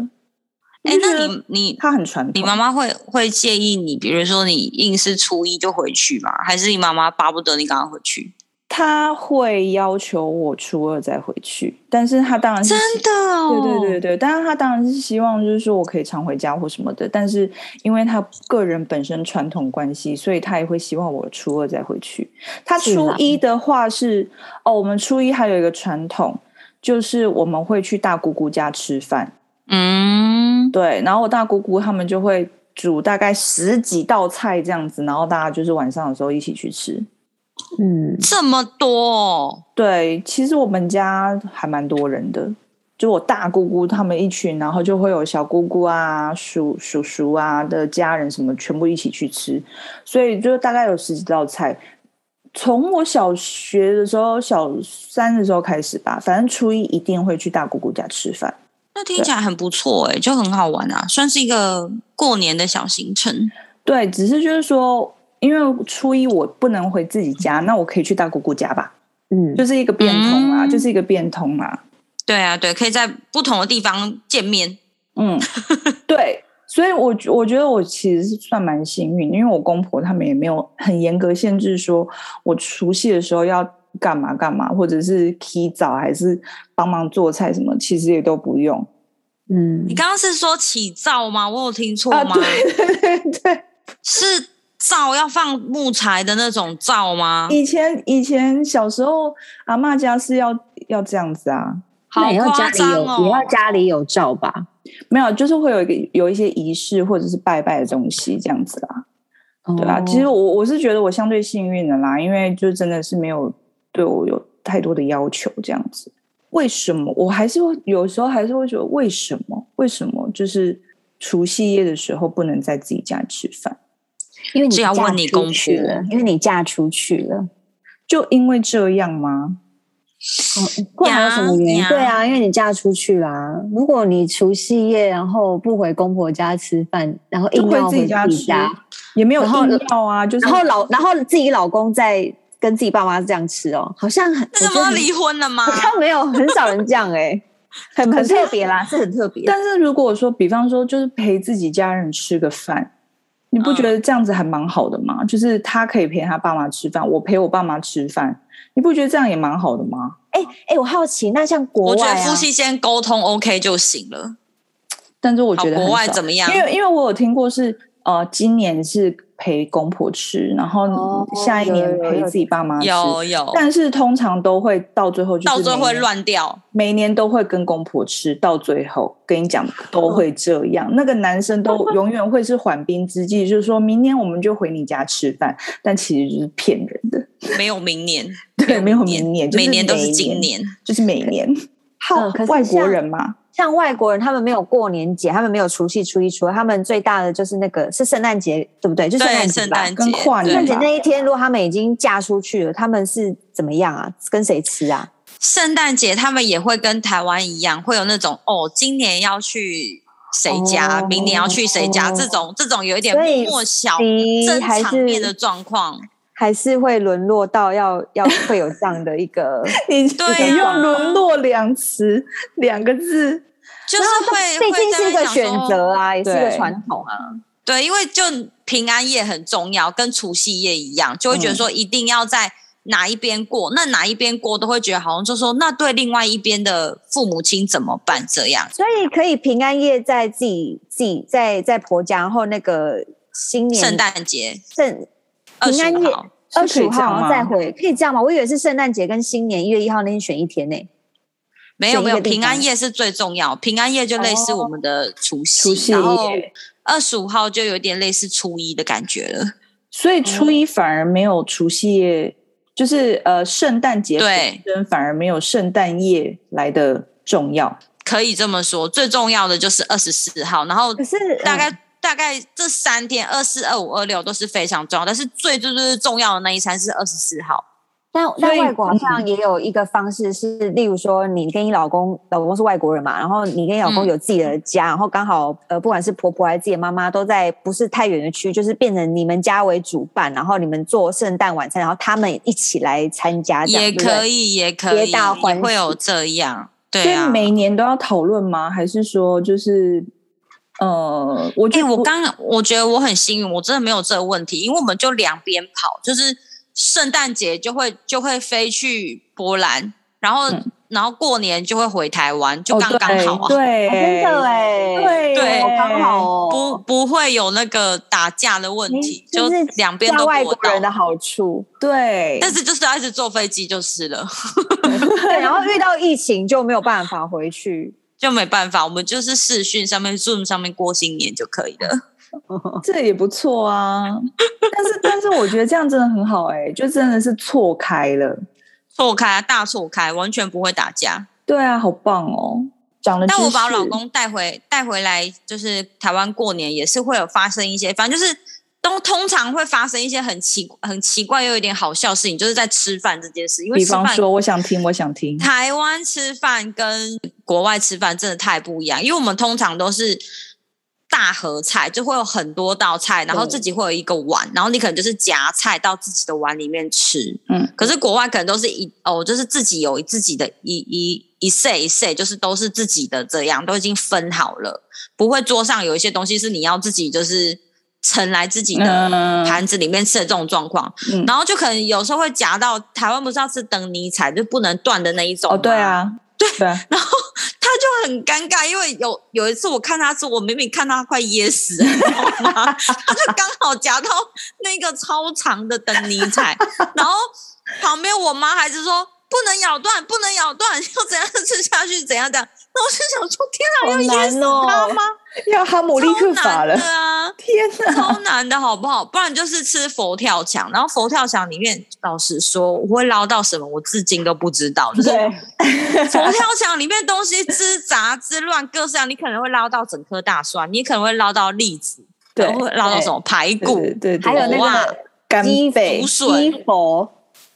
哎、
我就觉
那
得
你你
他很传统，
你妈妈会会介意你，比如说你硬是初一就回去吗？还是你妈妈巴不得你赶快回去？
他会要求我初二再回去，但是他当然是
真
希
的、哦，
对对对对，但是他当然是希望就是说我可以常回家或什么的，但是因为他个人本身传统关系，所以他也会希望我初二再回去。他
是
初
啊
啦
一的话是哦，我们初一还有一个传统，就是我们会去大姑姑家吃饭，
嗯，
对，然后我大姑姑他们就会煮大概十几道菜这样子，然后大家就是晚上的时候一起去吃。
嗯，
这么多、哦，
对，其实我们家还蛮多人的，就我大姑姑他们一群，然后就会有小姑姑啊、叔叔叔啊的家人什么，全部一起去吃，所以就大概有十几道菜。从我小学的时候，小三的时候开始吧，反正初一一定会去大姑姑家吃饭。
那听起来很不错哎、就很好玩啊，算是一个过年的小行程。
对，只是就是说，因为初一我不能回自己家，那我可以去大姑姑家吧，
嗯，
就是一个变通啊，
嗯
就是一个变通啊。
对啊，对，可以在不同的地方见面。
嗯，对，所以我觉我觉得我其实是算蛮幸运，因为我公婆他们也没有很严格限制，说我除夕的时候要干嘛干嘛，或者是提早还是帮忙做菜什么，其实也都不用。
嗯
你，刚刚是说起灶吗？我有听错
啊，
吗？
对 对对对，
是灶要放木材的那种灶吗？
以前以前小时候阿嬷家是要要这样子啊，
那
好
也要家里
夸
有
张，
也
哦
要！家里有照吧？
没有，就是会有一个有一些仪式或者是拜拜的东西这样子啦。对啊，
哦
其实我我是觉得我相对幸运的啦，因为就真的是没有对我有太多的要求这样子。为什么我还是会有时候还是会觉得为什么为什么就是除夕夜的时候不能在自己家吃饭？
因为你
这要
嫁
问你
出
公
去
婆
了，因为你嫁出去了，
就因为这样吗？
嗯不然还有什么原因？
呀
对啊，因为你嫁出去啦、如果你除夕夜然后不回公婆家吃饭，然后
就
硬
回
要
自
回
己家
自己
吃
家，，
也没有
然后
硬要啊，就是
然后老然后自己老公在跟自己爸妈这样吃哦，好像很
那什
我觉
么
得
离婚了 吗
好？
啊
像没有很少人这样哎、很
可
很
是
特别啦，是很特别。
但是如果说，比方说，就是陪自己家人吃个饭，你不
嗯
觉得这样子还蛮好的吗？就是他可以陪他爸妈吃饭，我陪我爸妈吃饭，你不觉得这样也蛮好的吗？
哎哎、我好奇，那像国
我觉
外、
得
啊、
夫妻间沟通 OK 就行了。
但是我
好，
觉得
啊国
很
外
少
怎么样？
因为因为我有听过是呃，今年是陪公婆吃，然后
哦
下一
有
年
有
陪
有
自己爸妈吃。
有有，
但是通常都会到最后，就是
到最后
每
会
年
乱掉。
每年都会跟公婆吃，到最后跟你讲都会这样。那个男生都永远会是缓兵之计，就是说明年我们就回你家吃饭，但其实就是骗人的，
没有明年，
对，没有
年
明年，就是
每年都
每
是
年
今，年。
就是每年。好
嗯可，是
外国
像
人嘛，
像外国人，他们没有过年节，他们没有除夕、初一、初二，他们最大的就是那个是圣诞节，对不对？就圣
对，
诞节
圣
吧。
诞节
跟跨
圣
年
诞节
吧
那一天，如果他们已经嫁出去了，他们是怎么样啊？跟谁吃啊？
圣诞节他们也会跟台湾一样，会有那种哦，今年要去谁家，
哦
明年要去谁家，
哦
这种这种有一点
所以
莫小
第
真
还
场面的
是
状况。
还是会沦落到 要要会有这样的一个，
你
对
你
啊
用沦落两词两个字，
就是会，
毕
会
竟
在
是一个
那边
选
想说
择啊，也是一个
对
传统啊。
对，因为就平安夜很重要，跟除夕夜一样，就会
嗯
觉得说一定要在哪一边过，那哪一边过都会觉得好像就说那对另外一边的父母亲怎么办这样。
所以可以平安夜在自己自己在在婆家，然后那个新年
圣诞节
圣
二
平
十
安夜
号，
二十
是可以
五
这样
号哦
吗
再回，可以这样吗？我以为是圣诞节跟新年一月一号那天选一天呢、
没有
选一
没有，
个地
平安
方
夜是最重要，平安夜就类似我们的除
哦
夕，
除夕
然后
夜
二十五号就有点类似初一的感觉了。
所以初一反而没有除夕夜，就是呃圣诞节
对
本身反而没有圣诞夜来的重要。
可以这么说，最重要的就是二十四号，然后
可是
大概、
嗯
大概这三天，二四、二五、二六都是非常重要，但是最最最重要的那一餐是二十四号。
但
所
但
以
外国好
嗯
像也有一个方式是，例如说你跟你老公，老公是外国人嘛，然后你跟你老公
嗯
有自己的家，然后刚好呃，不管是婆婆还是自己的妈妈，都在不是太远的区，就是变成你们家为主办，然后你们做圣诞晚餐，然后他们一起来参加这样，
也
对不对
可以，也可以，
皆大欢
也
喜
会有这样，
所
对
以
啊。
每年都要讨论吗？还是说就是呃，我
哎、
觉得
我刚我觉得我很幸运，我真的没有这个问题，因为我们就两边跑，就是圣诞节就会就会飞去波兰，然后、
嗯
然后过年就会回台湾，就
哦
刚刚好啊，
对，
哦真的哎，
对
对
好刚好
不
哦，
不会有那个打架的问题，
这
就是两边
嫁
都
外
过
国
到
人。啊的好 处。
对，
但是就是要一直坐飞机就是了，
对，然后遇到疫情就没有办法回去。
就没办法，我们就是视讯上面、Zoom 上面过新年就可以了。
这也不错啊。 但是但是我觉得这样真的很好哎、就真的是错开了。
错开、啊，大错开，完全不会打架。
对啊，好棒哦，长了知识。
但我把我老公带回带回来，就是台湾过年也是会有发生一些，反正就是都通常会发生一些很奇很奇怪又有点好笑的事情，就是在吃饭这件事，因为
比
吃
方
饭
说，我想听，我想听。
台湾吃饭跟国外吃饭真的太不一样，因为我们通常都是大合菜，就会有很多道菜，然后自己会有一个碗，然后你可能就是夹菜到自己的碗里面吃。
嗯，
可是国外可能都是一哦，就是自己有自己的一一一 set 一 set，就是都是自己的这样，都已经分好了，不会桌上有一些东西是你要自己就是盛来自己的
嗯
盘子里面吃的这种状况，
嗯
然后就可能有时候会夹到台湾不是要吃等尼彩就不能断的那一种
哦，对
吗，
啊，对啊，
然后他就很尴尬，因为有有一次我看他吃，我明明看他快噎死了，你知道吗？他就刚好夹到那个超长的等尼 彩，然后旁边我妈还是说不能咬断，不能咬断，要怎样吃下去，怎样怎样。那我就想说，天啊，
好
要噎死
难哦
他吗？
要哈姆立克法
超难
了
的，啊！
天哪！
超难的好不好？不然就是吃佛跳墙，然后佛跳墙里面，老实说，我会捞到什么，我至今都不知道。就是
对，
佛跳墙里面东西之杂之乱，各式样，你可能会捞到整颗大蒜，你可能会捞到栗子，
对
然后会捞到什么排
对对
骨，
对，对
还有那
哇
个
干
鸡
贝
竹，
鸡
笋，
佛，，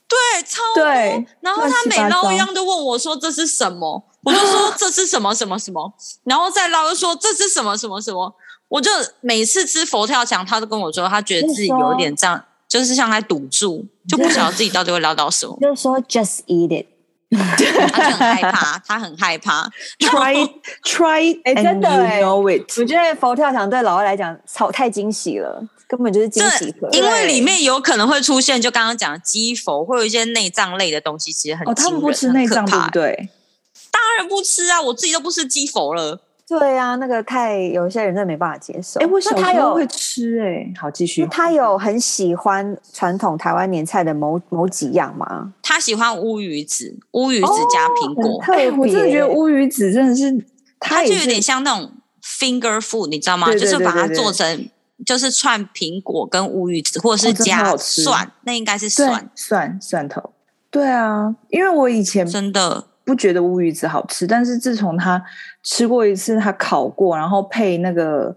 对，超
对，
然后
乱
他
七
每
八
捞一
糟
样都问我说这是什么，我就 说这是什么什么什么，然后再捞又说这是什么什么什么，我就每次吃佛跳墙，他都跟我说他觉得自己有点这样，就是像在赌注，就不晓得自己到底会捞到什么
就说 just eat it。
他就很害怕，他很害 怕，
try try
哎
and
真的
you
哎
know it，
我觉得佛跳墙对老外来讲，炒太惊喜了，根本就是惊喜盒。
因为
对
里面有可能会出现就刚刚讲的鸡佛，会有一些内脏类的东西，其实很
哦，他
惊
们不
人
吃
很
内
可
脏对
怕
不对？
当然不吃啊，我自己都不吃鸡佛了。
对啊，那个太有些人真的没办法接受。
哎，我
那
小
他
时候
有
会吃哎，好继续
那。他有很喜欢传统台湾年菜的某某几样吗？
他喜欢乌鱼子，乌鱼子加苹果，
很特别
哎，我真的觉得乌鱼子真的是，
它
也
就有
是
点像那种 finger food，你知道吗？
哎对对
就是把它
对对对
做成就是串苹果跟乌鱼子，或者
哦
是
真的好
加
好吃
蒜，那应该是
对
蒜，
蒜蒜头。对啊，因为我以前
真的。
不觉得乌鱼子好吃，但是自从他吃过一次，他烤过，然后配那个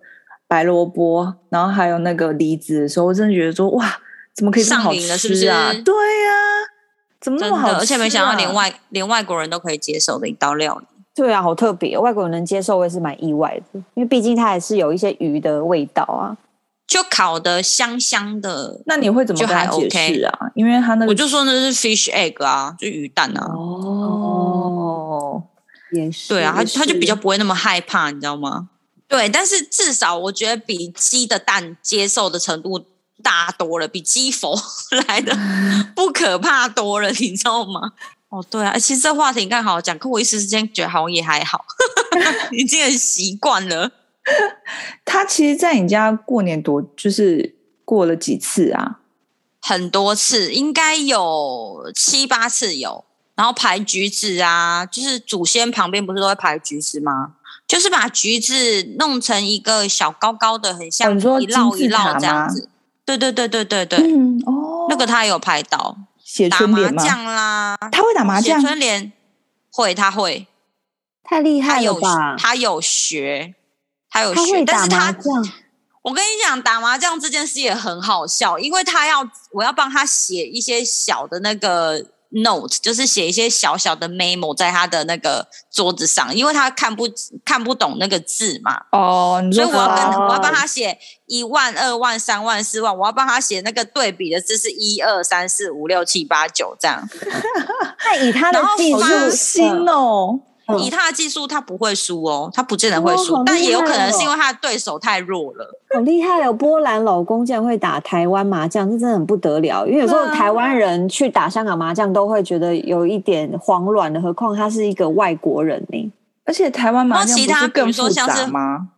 白萝卜，然后还有那个梨子的时候，我真的觉得说哇，怎么可以这么
上
好吃
瘾
啊？
了是不是
对呀、怎么
真的
那么好吃、，啊？
而且没想到连外连外国人都可以接受的一道料理，
对啊，好特别，外国人能接受，我也是蛮意外的，因为毕竟它还是有一些鱼的味道啊。
就烤的香香的。
那你会怎么
就
跟他
还
解
OK
释啊？因为他那个
我就说那是 fish egg 啊，就鱼蛋啊。
哦，
也 是
对啊，他
也
他就是比较不会那么害怕，你知道吗？对，但是至少我觉得比鸡的蛋接受的程度大多了，比鸡佛来 的不可怕多了，你知道吗？哦，对啊，其实这话题你看好好讲，可我一时之间觉得好像也还好， 已经很习惯了。
他其实在你家过年多就是过了几次啊？
很多次，应该有七八次有。然后排橘子啊，就是祖先旁边不是都会排橘子吗？就是把橘子弄成一个小高高的，很
哦
像
你说
一烙
金
一
字塔
烙这样
吗
子。对对对对对对，
嗯，哦，
那个他有排到
写
打
春
麻
联吗？
将啦，
他会打麻
写
将，
春联会他会，
太厉
他
害了
有
吧？
他有学，他有
他
学
会，
但
打
是
麻
他
将，
我跟你讲，打麻将这件事也很好笑，因为他要我要帮他写一些小的那个 note，就是写一些小小的 memo 在他的那个桌子上，因为他看不看不懂那个字嘛，
哦，你
所
说
以我要跟
哦
我要帮他写一万、二万、三万、四万，我要帮他写那个对比的字是一二三四五六七八九这样。
那以他的
然后
技
发
术，
好用心哦，
嗯
以他的技术，他不会输哦，他不见得会输，
哦好厉害哦
但也有可能是因为他的对手太弱了。
好厉害哦！波兰老公竟然会打台湾麻将，这真的很不得了。因为有时候
对啊
台湾人去打香港麻将都会觉得有一点慌乱的，何况他是一个外国人呢？
而且台湾麻
然后
将
其
不
他
是
比如
更
说
复
像是
杂吗？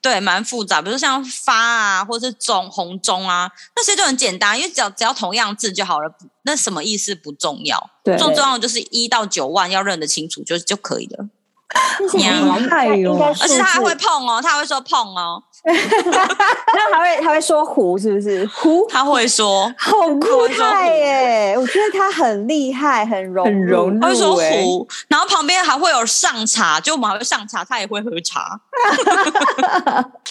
对，蛮复杂，比如像发啊，或是中红中啊，那些就很简单，因为只要只要同样字就好了，那什么意思不重要，
对，
最重要的就是一到九万要认得清楚就就可以了。
那是
厉害
很难
哦
应该数
而且
字
他还会碰哦，他还会说碰哦，
那还会还会说胡是不是？胡
他会说，
好酷
他会说胡
派耶！我觉得他很厉害，很融
很
入
融入、
他会说
欸
胡，然后旁边还会有上茶，就我们还会上茶，他也会喝 茶，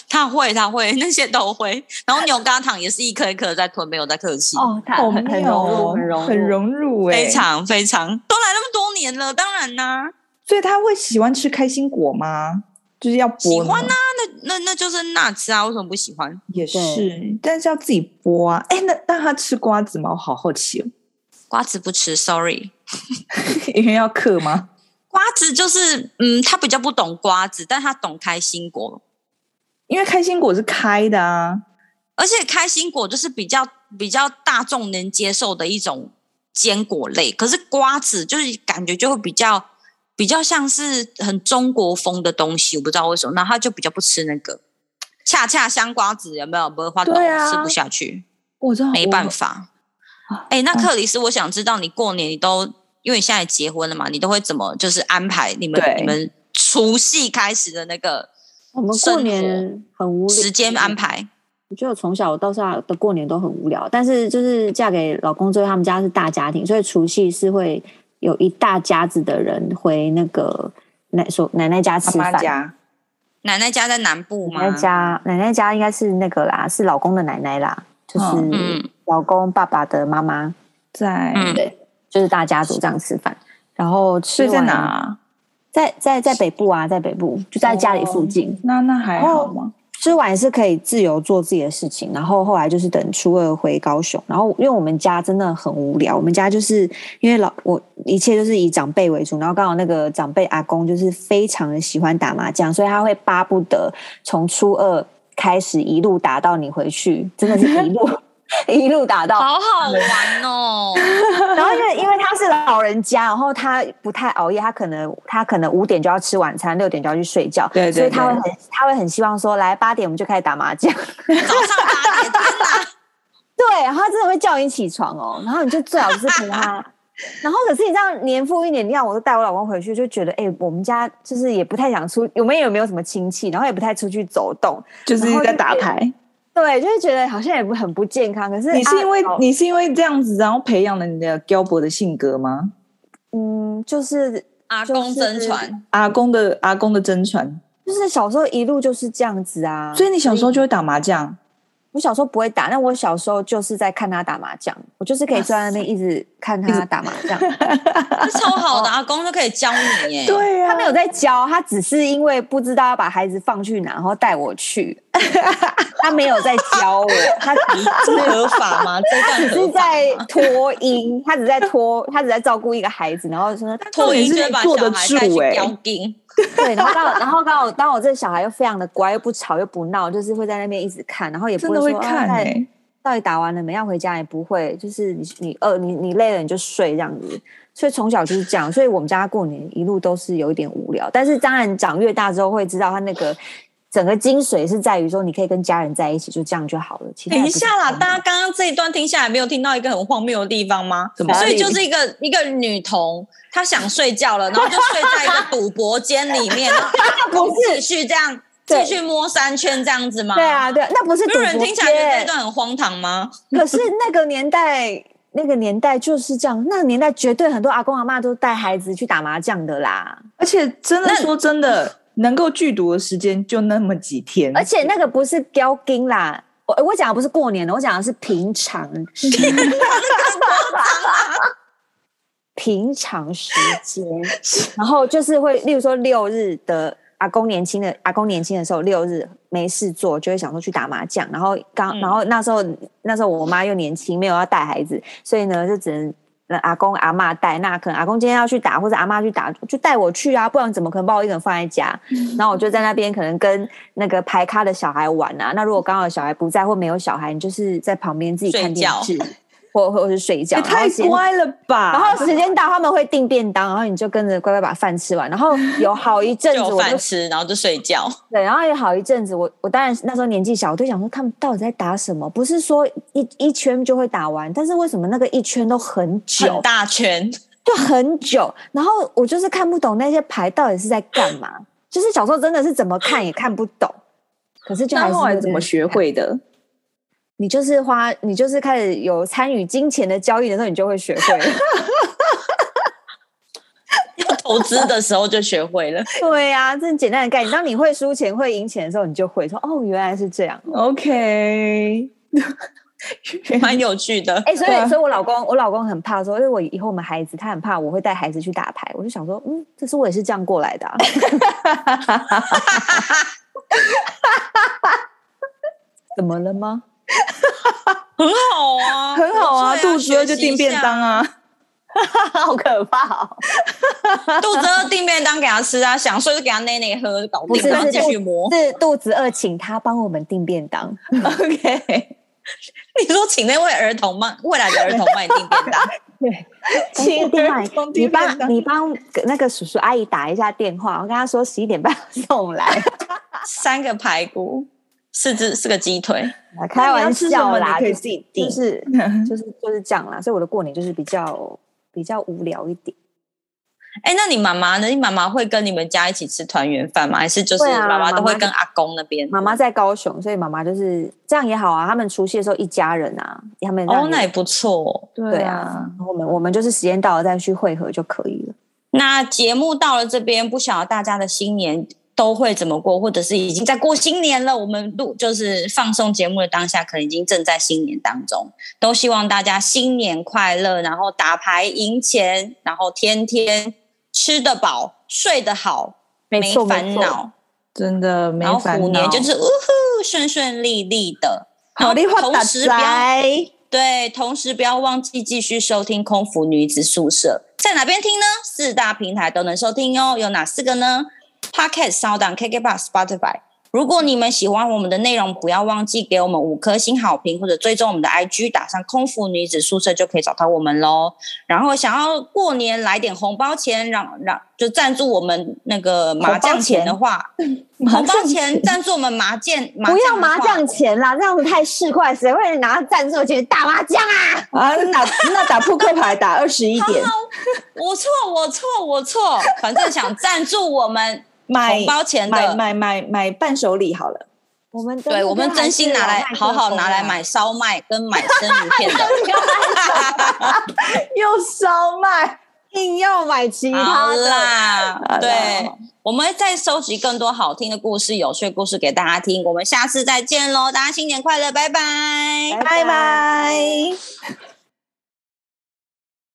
他会他会那些都会，然后牛轧糖也是一颗一颗地在吞，没有在客气，
哦，他
好
很很
妙
融入，
哦，
很融入，
很融入哎、
非常非常都来那么多年了，当然啦、
所以他会喜欢吃开心果吗？就是要
喜
剥
欢
呢
啊，那那那就是 nuts 啊，为什么不喜欢？
也是，但是要自己剥啊。哎，那那他吃瓜子吗？我好好奇哦，
瓜子不吃，sorry。
因为要嗑吗？
瓜子就是，嗯，他比较不懂瓜子，但他懂开心果，
因为开心果是开的啊，
而且开心果就是比较比较大众能接受的一种坚果类。可是瓜子就是感觉就会比较比较像是很中国风的东西，我不知道为什么，那他就比较不吃那个。恰恰香瓜子有没有？不会花
对啊
吃不下去。
我真的
没办
我
法
啊。
哎、那克里斯，我想知道你过年你都，因为你现在结婚了嘛，你都会怎么就是安排你们
对
你们除夕开始的那个
我们
生
过
活
年很无聊，
时间安排？
我觉得我从小到大的过年都很无聊，但是就是嫁给老公之后，他们家是大家庭，所以除夕是会有一大家子的人回那个奶所奶奶家吃
妈
饭。
妈家
奶奶家在南部吗
奶奶？家奶奶家应该是那个啦，是老公的奶奶啦，就是
嗯
老公爸爸的妈妈，
在，
嗯，
就是大家族这样吃饭。然后
所
吃
以在
完
哪？啊？
在在在北部啊，在北部就在家里附近。
那那还好吗？
吃完是可以自由做自己的事情，然后后来就是等初二回高雄，然后因为我们家真的很无聊，我们家就是因为老我一切就是以长辈为主，然后刚好那个长辈阿公就是非常的喜欢打麻将，所以他会巴不得从初二开始一路打到你回去，真的是一 路一路打到
好好玩哦！
然后因为因为他是老人家，然后他不太熬夜，他可能他可能五点就要吃晚餐，六点就要去睡觉，
对对
所以他
对
会很他会很希望说，来八点我们就开始打麻将，
早上八点，天哪！
对，然后他真的会叫你起床哦，然后你就最好就是陪 他。然后可是你这样年复一年，你看我都带我老公回去，就觉得哎、我们家就是也不太想出，我们也没有什么亲戚，然后也不太出去走动，
就是在打牌。
对，就是觉得好像也不很不健康。可是
你是
啊
因为
哦
你是因为这样子，然后培养了你的彪伯的性格吗？
嗯，就是
阿公真传，
阿公的阿公的真传，
就是小时候一路就是这样子啊，
所以你小时候就会打麻将。
我小时候不会打，但我小时候就是在看他打麻将，我就是可以坐在那边一直看他打麻将。
这超好的，阿公都可以教你耶。，
对啊呀、
他没有在教，他只是因为不知道要把孩子放去哪，然后带我去。 他没有在教我，他只 是
这合法吗？这段
只
合
是
法
在托婴，他只在托，他只在照顾一个孩子，然后说
托
也
婴
是
就会把
坐
小
得
孩
住欸
带去
耶
雕钉。
对，然后刚好，然后刚好，当我这个小孩又非常的乖，又不吵又不闹，就是会在那边一直看，然后也不
真的
说
会看
啊
哎、
在到底打完了没？要回家也不会，就是你你饿你你累了你就睡这样子。所以从小就是这样，所以我们家过年一路都是有一点无聊。但是当然长越大之后会知道，他那个整个精髓是在于说，你可以跟家人在一起，就这样就好了。其他也
等
不是
一下啦，
什么
大家刚刚这一段听下来，没有听到一个很荒谬的地方吗？
怎么
所以
哪
就
里
是一个一个女童，她想睡觉了，然后就睡在一个赌博间里面，然后她
不是
继续这样继
对
续摸三圈这样子吗？
对，啊对啊，那不是
没有
赌
人
博
听起来觉得这
街，
段很荒唐吗？
可是那个年代。那个年代就是这样，那个年代绝对很多阿公阿妈都带孩子去打麻将的啦，
而且真的
那
说真 的，能够剧毒的时间就那么几天，
而且那个不是交金啦，我我讲的不是过年的，我讲的是平常，平常时间，然后就是会，例如说六日的阿公年轻的阿公年轻的时候，六日没事做，就会想说去打麻将，然后刚、
嗯
然后那时候那时候我妈又年轻，没有要带孩子，所以呢就只能那阿公阿妈带，那可能阿公今天要去打，或者阿妈去打，就带我去啊，不然怎么可能把我一个人放在家？然后我就在那边可能跟那个排咖的小孩玩啊。那如果刚好小孩不在或没有小孩，你就是在旁边自己看电视，或或者是睡觉。
也太乖了吧！
然后时间到，他们会订便当，然后你就跟着乖乖把饭吃完。然后有好一阵
就
子，
有
我就
饭吃，然后就睡觉。
对，然后有好一阵子，我我当然是那时候年纪小，我就想说他们到底在打什么？不是说一一圈就会打完，但是为什么那个一圈都很
很
久，
大圈，
就很久？然后我就是看不懂那些牌到底是在干嘛，就是小时候真的是怎么看也看不懂。可是就还
那
是
后来
会
怎么学会的？
你就是花，你就是开始有参与金钱的交易的时候，你就会学会了。
要投资的时候就学会 了。
对呀、这很简单的概念。当你会输钱、会赢钱的时候，你就会说：“哦，原来是这样。”
OK，
蛮有趣的。
哎、所
对啊
以所以我老公，我老公很怕说，因为我以后我们孩子，他很怕我会带孩子去打牌，我就想说，嗯，可是我也是这样过来的、 啊，怎么了吗？
很 好啊，
很好啊，
不错
肚子饿就订便，当 啊。
好可怕、哦！
学习一下肚子饿订便当给他吃啊，想睡就给他奶奶喝，搞
不
定，
是
然后
是
继续磨
肚。是肚子饿，请他帮我们订便当。
OK，
你说请那位儿童卖未来的儿童帮你订便 当，
对，
请
订
儿童
你
订便
帮
当
你帮那个叔叔阿姨打一下电话，我跟他说十一点半送来。
三个排骨，四只四个鸡腿，
开玩笑
那你要吃什么
啦，
你可以
就是
自己订
就是
啊
就是就是这样啦。所以我的过年就是比较比较无聊一点。
哎、那你妈妈呢？你妈妈会跟你们家一起吃团圆饭吗？还是就是
会啊
爸爸都
妈妈
会跟阿公那边？
妈妈在高雄，所以妈妈就是这样也好啊。他们除夕的时候一家人啊，他们
哦，
让
那
你
也不错。
对啊，，我们我们就是时间到了再去汇合就可以了。
那节目到了这边，不晓得大家的新年都会怎么过，或者是已经在过新年了。我们录就是放送节目的当下，可能已经正在新年当中，都希望大家新年快乐，然后打牌赢钱，然后天天吃得饱，睡得好，没
错
烦
没错
恼，
真的没
然后
烦
虎
恼
年。就是呜呼顺顺利利的。然
好的
后
话
同
打
时不要
宅，
对，同时不要忘记继续收听《空服女子宿舍》，在哪边听呢？四大平台都能收听哦，有哪四个呢？Pocket、Sound、KK Bus、Spotify。如果你们喜欢我们的内容，不要忘记给我们五颗星好评，或者追踪我们的 IG，打上“空服女子宿舍”就可以找到我们喽。然后想要过年来点红包钱，让让就赞助我们那个麻将钱的 话，红包钱赞助我们麻将，
不要麻
的话
将钱啦，这样子太市侩，谁会拿赞助钱打麻将啊？
啊，那打那打扑克牌打二十一 点，
我错，我错，我错。反正想赞助我们
买
红包钱
买
的，
买买买伴手礼好了。
我们的
对我们
目标
真心拿来
还是
好好拿来
麦
买烧麦跟买生鱼片 的。
又烧麦，
克风啊，硬要买其
好
他的。
啦
好啦，
对，我们会再收集更多好听的故事、有趣的故事给大家听。我们下次再见喽，大家新年快乐，拜拜。
拜
拜拜